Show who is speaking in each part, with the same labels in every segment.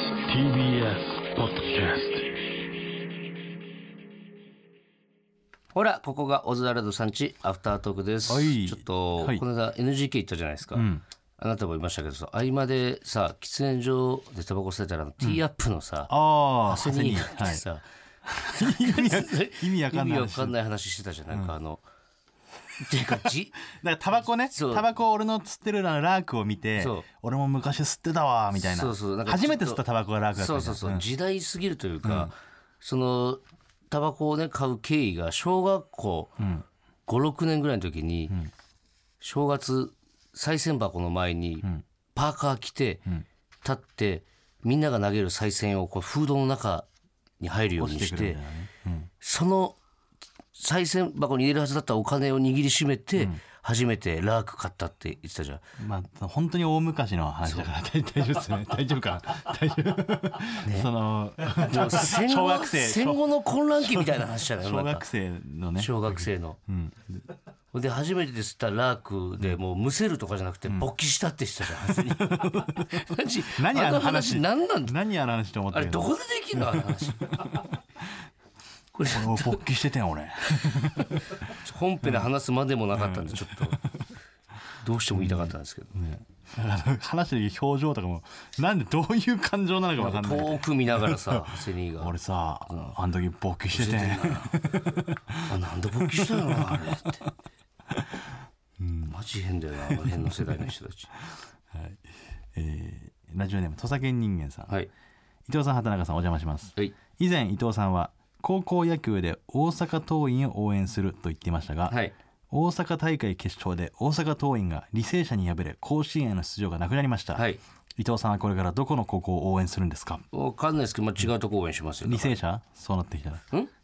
Speaker 1: TBS ポッドキャス
Speaker 2: ほら、ここがオズワルドさんち、アフタートークです。
Speaker 3: はい
Speaker 2: ちょっと、
Speaker 3: はい
Speaker 2: この間 NGK 行ったじゃないですか。
Speaker 3: ん
Speaker 2: あなたも言いましたけどさ、合間でさ、喫煙所でタバコ吸ってたら、ティーアップのさ、
Speaker 3: ああ、
Speaker 2: 汗に
Speaker 3: 汗
Speaker 2: ってさ、
Speaker 3: 意味わ 意味わかんない
Speaker 2: 意味わ
Speaker 3: 話。
Speaker 2: かんない話してたじゃん。なんかあの、っていうか、
Speaker 3: だ
Speaker 2: じ、
Speaker 3: からタバコね、
Speaker 2: そう
Speaker 3: タバコを俺の吸ってるラークを見て
Speaker 2: そう、
Speaker 3: 俺も昔吸ってたわ、みたいな。
Speaker 2: そうそうなんか
Speaker 3: 初めて吸ったタバコがラークだった
Speaker 2: そう
Speaker 3: みたい
Speaker 2: そ
Speaker 3: な
Speaker 2: うそう、時代すぎるというか、そのタバコをね買う経緯が小学校56年ぐらいの時に、正月賽銭箱の前にパーカー着て、立ってみんなが投げる賽銭をこうフードの中に入るように
Speaker 3: 落ち
Speaker 2: して
Speaker 3: くるんだよね
Speaker 2: その賽銭箱に入れるはずだったお金を握りしめて、初めてラーク買ったって言ってたじゃん。
Speaker 3: まあ、本当に大昔の話だから大大丈夫です ね。大丈夫かな大丈夫。その、
Speaker 2: でも戦 後
Speaker 3: 小学生
Speaker 2: 戦後の混乱期みたいな話じゃない
Speaker 3: 小
Speaker 2: なんか
Speaker 3: 学生のね。
Speaker 2: 小学生の。で初めて吸ったラークでもうむせるとかじゃなくて勃起したってしたじゃん初に
Speaker 3: 何あの話
Speaker 2: 何なんだ
Speaker 3: 何あの話と思っ
Speaker 2: あ
Speaker 3: た
Speaker 2: れ
Speaker 3: け
Speaker 2: ど
Speaker 3: ど。
Speaker 2: こでできんのあの話これ
Speaker 3: 俺勃起してたよ、俺。
Speaker 2: 本編で話すまでもなかったんでちょっとどうしても言いたかったんですけど
Speaker 3: だから話してる表情とかも、なんでどういう感情なのかわかんない。
Speaker 2: 遠く見ながらさセニーが
Speaker 3: 俺さ、あの時勃起してて。
Speaker 2: あなんで勃起したのかなあれってマジ変だよなあの辺の世代の人たち
Speaker 3: えーラジオネーム土佐犬人間さん、
Speaker 2: はい
Speaker 3: 伊藤さん畑中さんお邪魔します
Speaker 2: はい
Speaker 3: 以前伊藤さんは高校野球で大阪桐蔭を応援すると言っていましたが、
Speaker 2: はい
Speaker 3: 大阪大会決勝で大阪桐蔭が履正社に敗れ甲子園への出場がなくなりました、
Speaker 2: はい
Speaker 3: 伊藤さんはこれからどこの高校を応援するんですか
Speaker 2: わかんないですけど、まあ、違うとこ応援しますよ
Speaker 3: 履正社そうなってきたら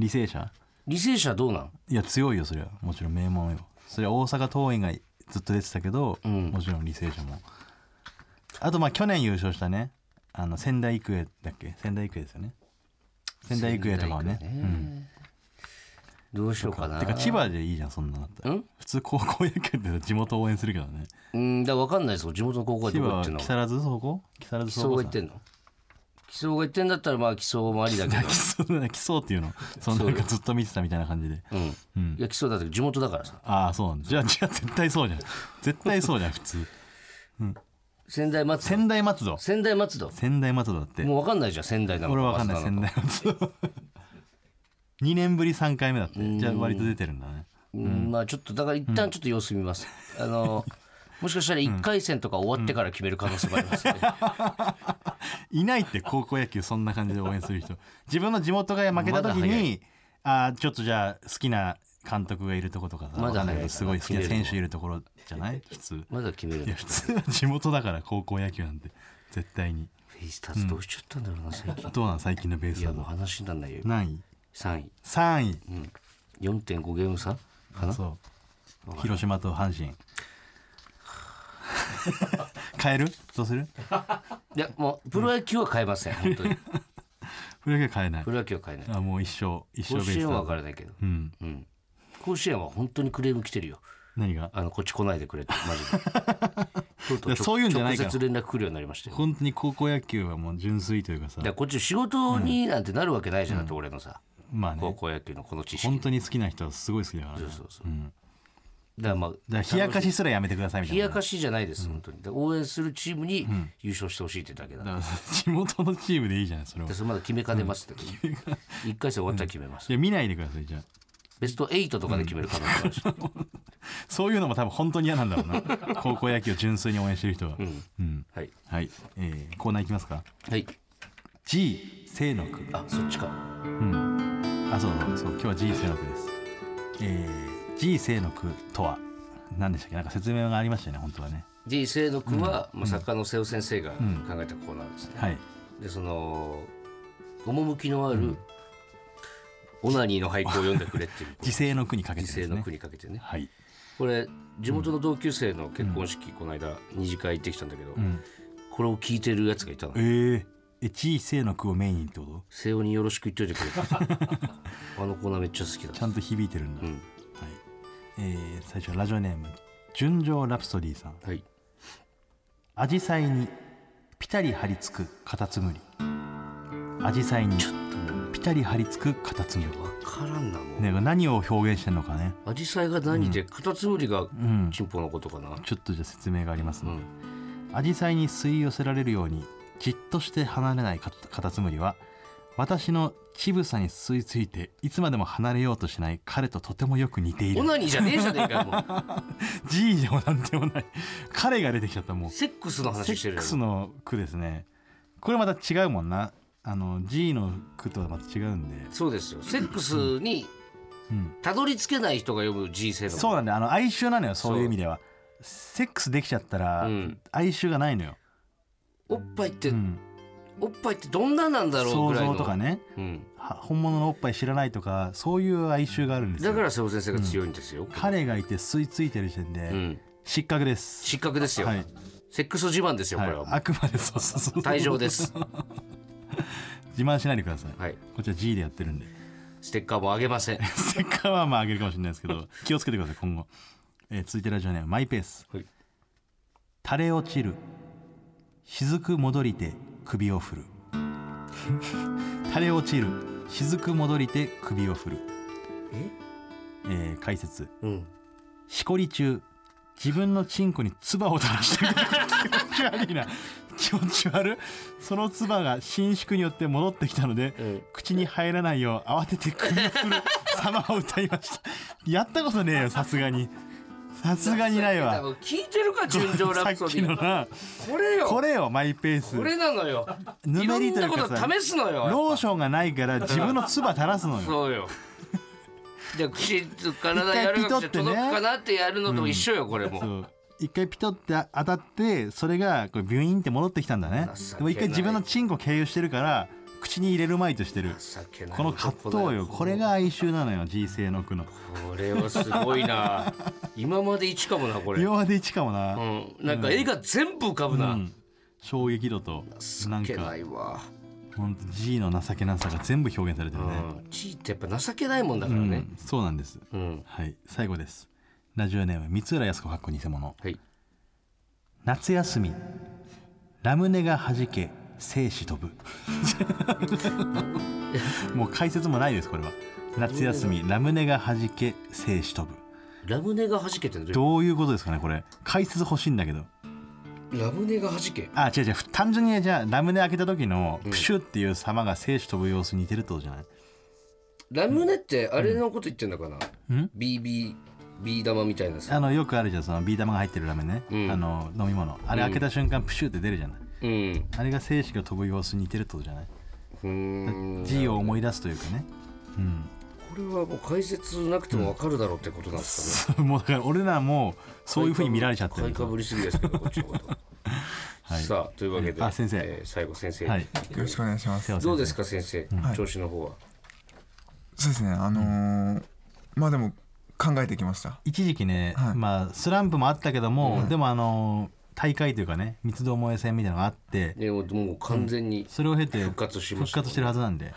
Speaker 3: 履正社
Speaker 2: 履正社どうなん
Speaker 3: いや強いよそれはもちろん名門よそれは大阪桐蔭がずっと出てたけど、もちろん履正社もあとまあ去年優勝したねあの仙台育英だっけ仙台育英ですよね仙台育英とかはね
Speaker 2: どうしようかな
Speaker 3: てか千葉でいいじゃんそんなのだったら普通高校野球って地元応援するけどね
Speaker 2: うんだから分かんないですよ地元の高校は
Speaker 3: 千
Speaker 2: どこ
Speaker 3: 葉
Speaker 2: 行っ
Speaker 3: は
Speaker 2: てんの
Speaker 3: 木更津そこ木更津
Speaker 2: 木
Speaker 3: そ
Speaker 2: 曽
Speaker 3: こ
Speaker 2: が
Speaker 3: さ
Speaker 2: 行ってんの木曽が行ってんだったらまあ木曽もありだけど
Speaker 3: 基礎だね基礎って いうのそのなんかずっと見てたみたいな感じで
Speaker 2: うんいや木曽だって地元だからさ
Speaker 3: ああそうなんだじゃあじゃあ絶対そうじゃん絶対 そうじゃん普通
Speaker 2: 仙台松戸
Speaker 3: 仙台松戸
Speaker 2: 仙台松戸
Speaker 3: 仙台松戸だって
Speaker 2: もう分かんないじゃん仙台なの
Speaker 3: 俺わかんない仙
Speaker 2: 松
Speaker 3: 台松戸2年ぶり3回目だってじゃあ割と出てるんだね
Speaker 2: 戸なのうんまあちょっとだから一旦ちょっと様子見ますあのもしかしたら1回戦とか終わってから決める可能性もありますね
Speaker 3: いないって高校野球そんな感じで応援する人自分の地元が負けた時
Speaker 2: まだ早
Speaker 3: にあーちょっとじゃあ好きな監督がいるとことかさ
Speaker 2: まだ
Speaker 3: わかんないけ
Speaker 2: 早いから
Speaker 3: どすごい好きな選手いるところじゃない普通
Speaker 2: まだ決める
Speaker 3: いや普通は地元だから高校野球なんて絶対に
Speaker 2: フェイスターズどうしちゃったんだろうな最近
Speaker 3: どうなん最近のベー
Speaker 2: い
Speaker 3: ス
Speaker 2: や
Speaker 3: だ
Speaker 2: もう
Speaker 3: と
Speaker 2: 話にならないよ
Speaker 3: 何位
Speaker 2: 3位
Speaker 3: 3位
Speaker 2: 4.5ゲーム差かな
Speaker 3: そう広島と阪神 変えるどうする
Speaker 2: いやもうプロ野球は変えません本当に
Speaker 3: プロ野球変えない
Speaker 2: プロ野球は変 えない
Speaker 3: あもう一生一生ベ
Speaker 2: 甲
Speaker 3: ー
Speaker 2: 子
Speaker 3: ス
Speaker 2: 園は
Speaker 3: だ
Speaker 2: 分からないけど
Speaker 3: うん
Speaker 2: うん甲子園は本当にクレーム来てるよ
Speaker 3: 何が
Speaker 2: あのこっち来ないでくれってマジで とうと
Speaker 3: いやそういうんじゃないから
Speaker 2: 直接連絡来るようになりましたよだか
Speaker 3: 本当に高校野球はもう純粋というかさ
Speaker 2: らこっち仕事になんてなるわけないじゃん、だって俺のさ
Speaker 3: まあ
Speaker 2: 高
Speaker 3: ね
Speaker 2: 校野球のこの知識
Speaker 3: 本当に好きな人はすごい好きだからね、
Speaker 2: そう
Speaker 3: だ
Speaker 2: そうそう、だからまあ
Speaker 3: から冷やかしすらやめてくださいみた
Speaker 2: 冷
Speaker 3: いな
Speaker 2: やかしじゃないです、本当にだから応援するチームに優勝してほしいってだけだ、
Speaker 3: だから地元のチームでいいじゃないそれは
Speaker 2: でそれまだ決めかねますって、一回戦終わったら決めます、
Speaker 3: いや見ないでくださいじゃあ
Speaker 2: ベスト8とかで決める可能性もあるし、
Speaker 3: そういうのも多分本当に嫌なんだろう な高校野球を純粋に応援してる人は、うん
Speaker 2: はい
Speaker 3: はい、えーコーナーいきますか
Speaker 2: はい。
Speaker 3: G 清野く
Speaker 2: あ、そっちか。
Speaker 3: あそうそうそう今日は G 清野くですえー、G 清野くとは何でしたっけなんか説明がありましたよね本当はね
Speaker 2: 人生の句は、まあ、作家の瀬尾先生が考えたコーナーですね。
Speaker 3: はい
Speaker 2: で、その、趣のある、オナニーの俳句を読んでくれっていう
Speaker 3: 、時勢の句にかけて
Speaker 2: 人
Speaker 3: るんです
Speaker 2: 生
Speaker 3: ね
Speaker 2: の句にかけてね。
Speaker 3: はい
Speaker 2: これ、地元の同級生の結婚式、この間、二次会行ってきたんだけど、これを聞いてるやつがいたの
Speaker 3: え。ー、え、地位性の句をメインにってこと
Speaker 2: 瀬尾によろしく言っといてくれって。 あのコーナーめっちゃ好き
Speaker 3: ちゃ
Speaker 2: だ。
Speaker 3: んと響いてるんだ。
Speaker 2: ん
Speaker 3: はい。えー、最初はラジオネーム、純情ラプソディさん。
Speaker 2: はい。
Speaker 3: アジサイにぴたり張り付くカタツムリアジサイにぴたり張り付くカタツムリ
Speaker 2: 分からんなもう
Speaker 3: ね何を表現してるのかね
Speaker 2: アジサイが何でカタツムリが
Speaker 3: うん
Speaker 2: チンポのことかな
Speaker 3: ちょっとじゃあ説明がありますので、アジサイに吸い寄せられるようにじっとして離れないカタカタツムリは私の乳房に吸い付いていつまでも離れようとしない彼ととてもよく似てい
Speaker 2: オ
Speaker 3: る
Speaker 2: ナニーじゃねえじゃねえかよも
Speaker 3: じいでもなんでもない彼が出てきちゃったも
Speaker 2: う
Speaker 3: う
Speaker 2: セックスの
Speaker 3: セ
Speaker 2: 話して
Speaker 3: ッ
Speaker 2: るや
Speaker 3: ク
Speaker 2: ん
Speaker 3: スの句ですねこれまた違うもんなあの G の句とはまた違うんで、
Speaker 2: そうですよセックスに
Speaker 3: うん、
Speaker 2: たどり着けない人が読む人生の
Speaker 3: そうなんだよあの哀愁なのよそういう意味ではセックスできちゃったら、
Speaker 2: うん
Speaker 3: 哀愁がないのよ、
Speaker 2: おっぱいって、
Speaker 3: うん、
Speaker 2: おっぱいってどんななんだろう
Speaker 3: 想
Speaker 2: ぐらいの
Speaker 3: 像とかね
Speaker 2: うん、
Speaker 3: は本物のおっぱい知らないとかそういう哀愁があるんですよ
Speaker 2: だから瀬尾先生が強いんですよ、
Speaker 3: 彼がいて吸い付いてる時点で、
Speaker 2: うん、
Speaker 3: 失格です
Speaker 2: 失格ですよ、
Speaker 3: はい、
Speaker 2: セックス自慢ですよこ
Speaker 3: は
Speaker 2: れ
Speaker 3: い
Speaker 2: は、、
Speaker 3: あくまでそうそうそう
Speaker 2: 退場です
Speaker 3: 自慢しないでください、
Speaker 2: はい
Speaker 3: こっちは G でやってるんで
Speaker 2: ステッカーもあげません
Speaker 3: せっかくはまああげるかもしれないですけど気をつけてください今後、えー続いてラジオネームマイペース、
Speaker 2: はい
Speaker 3: 垂れ落ちる雫戻りて首を振る 垂れ落ちる雫戻りて首を振るえー解説
Speaker 2: うん
Speaker 3: しこり中自分のチンコに唾を垂らしてる気持ち悪いな気持ち悪いその唾が伸縮によって戻ってきたので、
Speaker 2: うん
Speaker 3: 口に入らないよう慌てて首を振る様を歌いましたやったことねえよさすがにさすがにない
Speaker 2: 多
Speaker 3: わ
Speaker 2: 分聞いてるか純情ラ
Speaker 3: さ
Speaker 2: プソ
Speaker 3: っ
Speaker 2: デ
Speaker 3: き
Speaker 2: ィ
Speaker 3: のな
Speaker 2: これよ
Speaker 3: こ
Speaker 2: これ
Speaker 3: れよマイペース
Speaker 2: なのよ
Speaker 3: ぬ
Speaker 2: いろ
Speaker 3: めり
Speaker 2: ん
Speaker 3: とい
Speaker 2: な
Speaker 3: う
Speaker 2: こ
Speaker 3: か
Speaker 2: と
Speaker 3: さ
Speaker 2: 試すのよ
Speaker 3: ローションがないから自分の唾垂らすのよ
Speaker 2: そうよじゃあ口と体やるわ
Speaker 3: 一
Speaker 2: けじゃ
Speaker 3: 回ピトってね
Speaker 2: 届くかなってやるのと一緒よこれも、
Speaker 3: そう一回ピトって当たってそれがこうビュインって戻ってきたんだね
Speaker 2: 情けない
Speaker 3: でも一回自分のチンコ経由してるから口に入れるまいとしてる
Speaker 2: 情けない
Speaker 3: この葛藤よこれが哀愁なのよ人生の苦の
Speaker 2: これはすごいな今まで一かもなこれ、
Speaker 3: 弱で一かもな、
Speaker 2: うん、なんか絵が全部浮かぶ
Speaker 3: う
Speaker 2: な、
Speaker 3: ん衝撃度となん
Speaker 2: 情けな
Speaker 3: か
Speaker 2: いわ、
Speaker 3: ほんと G の情けなさが全部表現されて
Speaker 2: う
Speaker 3: るね、
Speaker 2: ん、地位ってやっぱ情けないもんだから
Speaker 3: う
Speaker 2: ね
Speaker 3: んそうなんです
Speaker 2: うん、
Speaker 3: はい最後ですラジオネーム三浦靖子かっこ偽物
Speaker 2: はい
Speaker 3: 夏休みラムネがはじけ生死飛 ぶもう解説もないですこれは夏休みラムネがはじけ生死飛ぶ
Speaker 2: ラムネが弾けてるの
Speaker 3: どういうことですかねこれ解説欲しいんだけど
Speaker 2: ラムネが弾け
Speaker 3: あ違う違う単純にじゃあラムネ開けた時のプシュっていう様が生死飛ぶ様子に似てるってことじゃない、
Speaker 2: ラムネってあれのこと言ってんだかな、BB ビー玉みたいな
Speaker 3: あ
Speaker 2: さ、
Speaker 3: のよくあるじゃんそのビー玉が入ってるラムネ、
Speaker 2: うん
Speaker 3: あの飲み物あれ開けた瞬間プシュって出るじゃない、
Speaker 2: うん、
Speaker 3: あれが生死が飛ぶ様子に似てるってことじゃない、
Speaker 2: うーん
Speaker 3: G を思い出すというかねうん
Speaker 2: これはもう解説なくてもわかるだろうってことなんですかね、
Speaker 3: もうだから俺らもそういうふうに見られちゃって
Speaker 2: 買
Speaker 3: る
Speaker 2: いかぶりすぎですけどこっちのこと、
Speaker 3: はい
Speaker 2: さあというわけで
Speaker 3: あ先生
Speaker 2: えー最後先生、
Speaker 3: はい
Speaker 4: よろしくお願いします。
Speaker 2: どうですすか先生、調子の方は
Speaker 4: そうですね。あのーまあでも考えてきました。
Speaker 3: 一時期ね、
Speaker 4: はい
Speaker 3: まあスランプもあったけども、でもあの大会というかね三つどもえ戦みたいなのがあって
Speaker 2: でももう完全に
Speaker 3: それを経て
Speaker 2: 復活しました
Speaker 3: 復活してるはずなんで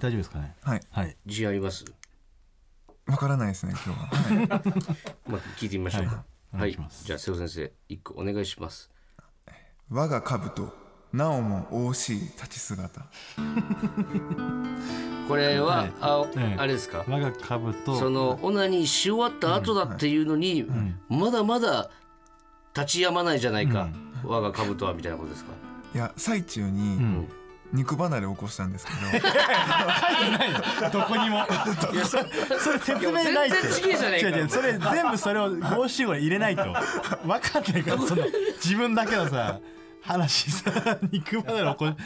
Speaker 3: 大丈夫ですかね
Speaker 4: はい。
Speaker 3: はい
Speaker 2: 自信あります、
Speaker 4: わからないですね。今日は。 はい
Speaker 2: まあ、聞いてみましょうか
Speaker 3: はいお願い
Speaker 2: はい、
Speaker 3: します
Speaker 2: じゃあ瀬尾先生一個お願いします
Speaker 4: 我が兜、なおも惜しい立ち姿。
Speaker 2: これは、
Speaker 3: はい
Speaker 2: あお
Speaker 3: ええ
Speaker 2: あれですか
Speaker 3: 我が株と
Speaker 2: そのオナニーし終わった後だっていうのに、まだまだ立ち止まないじゃないか、我が兜はみたいなことですか
Speaker 4: いや、最中
Speaker 3: う
Speaker 4: に
Speaker 3: ん
Speaker 4: 肉離れを起こしたんですけ
Speaker 3: どこにもそれ説明ないって
Speaker 2: いや全然違えじゃねえか
Speaker 3: 違う違うそれ全部それを五七五入れないと分かんないからその自分だけのさ話さ肉離れ起こ起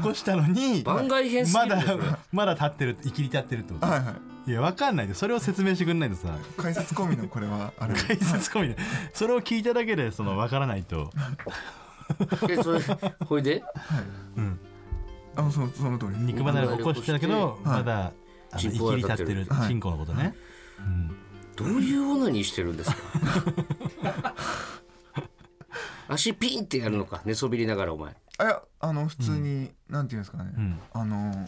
Speaker 3: こしたのに
Speaker 2: 番外編すぎ
Speaker 3: ま
Speaker 2: るね
Speaker 3: だ
Speaker 2: それ
Speaker 3: まだ立ってる生きり立ってるってこ
Speaker 4: ど。
Speaker 3: と
Speaker 4: はいはい。
Speaker 3: いや分かんないでそれを説明してくんないとさ
Speaker 4: 解説込みのこれはあれ。
Speaker 3: 解説込みでそれを聞いただけでその分からないと
Speaker 2: えそれほいで
Speaker 4: あ、もうそのその通りです。
Speaker 3: 肉離れ起こしてたけど
Speaker 2: 肉
Speaker 3: まだあの
Speaker 2: チ
Speaker 3: 生
Speaker 2: ンポが
Speaker 3: きり
Speaker 2: 立
Speaker 3: 立って
Speaker 2: っ
Speaker 3: て
Speaker 2: る
Speaker 3: る
Speaker 4: はい
Speaker 3: チンコのことね
Speaker 2: どういうオナニーしてるんですか足ピンってやるのか寝そびりながらお前、
Speaker 4: あいや、あの普通に、なんていうんですかね。
Speaker 3: ん
Speaker 4: あのー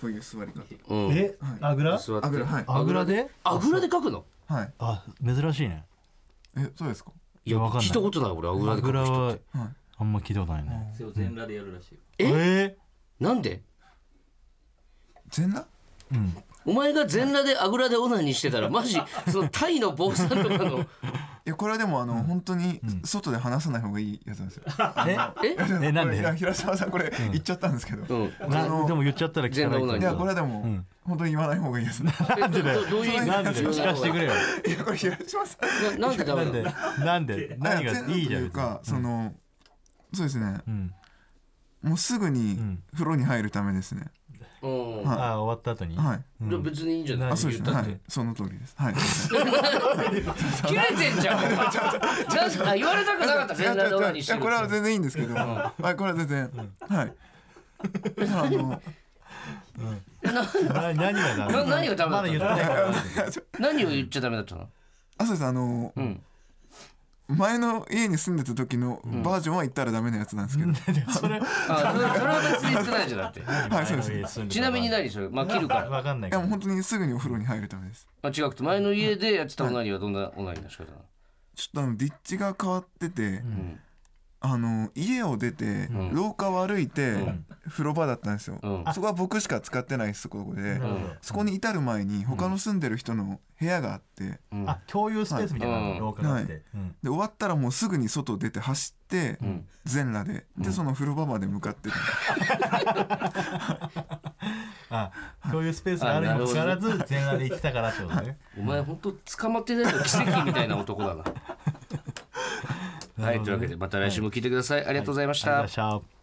Speaker 4: こういう座り方。
Speaker 2: うん、
Speaker 3: えあぐら
Speaker 2: 座って
Speaker 4: あぐらはい
Speaker 3: あぐらで
Speaker 2: あぐらで書くの
Speaker 4: はい。
Speaker 3: あ珍しいね
Speaker 4: え、そうですか。
Speaker 2: いや
Speaker 3: わかんない
Speaker 2: 聞いたことない俺あぐら
Speaker 3: あ
Speaker 2: で
Speaker 3: ぐ
Speaker 2: 書
Speaker 3: ら
Speaker 2: く人
Speaker 3: は
Speaker 2: って
Speaker 4: はい。
Speaker 3: ああんま聞いたことないね
Speaker 5: それを全裸でやるらしいよ
Speaker 2: え
Speaker 3: え
Speaker 2: なんで
Speaker 4: 全裸
Speaker 2: お前が全裸であぐらでオナニーしてたらマジそのタイの坊さんとかの
Speaker 4: いやこれはでもあの、本当に外で話さない方がいいやつなんですよ。
Speaker 2: え
Speaker 4: いやも
Speaker 3: えなんで
Speaker 4: これいや平沢さんこれ言っちゃったんですけど、
Speaker 2: うん
Speaker 3: えなでも言っちゃったら聞かない
Speaker 2: 全裸オナニー
Speaker 4: いやこれはでも、
Speaker 3: ん
Speaker 4: 本当に言わない方がい いですね。
Speaker 2: なんでどどういう意味
Speaker 3: なんで聞かせてくれよ
Speaker 4: いやこれ平沢さん
Speaker 2: ななんでダメ
Speaker 3: な
Speaker 2: なんの
Speaker 3: でなんで何がいいじゃ
Speaker 4: とい
Speaker 3: ん
Speaker 4: うか
Speaker 3: 別
Speaker 4: そ
Speaker 3: に
Speaker 4: の、そうですね
Speaker 3: うん
Speaker 4: もうすぐに
Speaker 3: ん
Speaker 4: 風呂に入るためですね。
Speaker 2: うん
Speaker 4: は
Speaker 3: ああ終わった後に
Speaker 4: はい。
Speaker 3: うん
Speaker 2: いや別にいいんじゃない
Speaker 3: あ
Speaker 4: あそうですね
Speaker 2: 言
Speaker 4: は
Speaker 2: ったって
Speaker 4: いその通りです。はい。
Speaker 2: 切れてんじゃんなんあ言われたくなかった全裸でオナニー
Speaker 4: い
Speaker 2: して
Speaker 4: や
Speaker 2: る
Speaker 4: これは全然いいんですけど、はいこれは全然、はい。だからあの
Speaker 3: な何がダメ
Speaker 2: な何がダメだ
Speaker 3: まだ言ってないから
Speaker 2: 何を言っちゃダメだったの
Speaker 4: あそうですあの、
Speaker 2: ん
Speaker 4: 前の家に住んでた時のバージョンは言ったらダメなやつなんですけど、
Speaker 3: それ
Speaker 2: あそれそれは別に言ってないじゃんだって
Speaker 4: はいそうですね。い
Speaker 3: す
Speaker 2: ちなみに何それまあ切るから
Speaker 3: わかんないけ
Speaker 4: や
Speaker 3: ど
Speaker 4: もう本当にすぐにお風呂に入るためです。
Speaker 2: あ違くて前の家でやってたオナニーはどんなオナニーの仕方なの
Speaker 4: ちょっとあの立地が変わってて、
Speaker 2: ん
Speaker 4: あの家を出て、
Speaker 2: ん
Speaker 4: 廊下を歩いて、風呂場だったんですよ、
Speaker 2: うん
Speaker 4: そこは僕しか使ってないそこで、
Speaker 3: なるほど
Speaker 4: そこに至る前に他の住んでる人の部屋があって、
Speaker 2: うん
Speaker 3: あ共有スペースみたいな
Speaker 2: うん
Speaker 3: の廊下があってうん
Speaker 4: で終わったらもうすぐに外出て走って、
Speaker 2: ん
Speaker 4: 全裸ででその風呂場まで向かって、
Speaker 3: あ共有スペースがあるにもかかわらず全裸で行ってたからってことね
Speaker 2: お前本当捕まってないと奇跡みたいな男 だなはいというわけでまた来週も聞いてください、ありがとうございました、
Speaker 3: ありがとうございました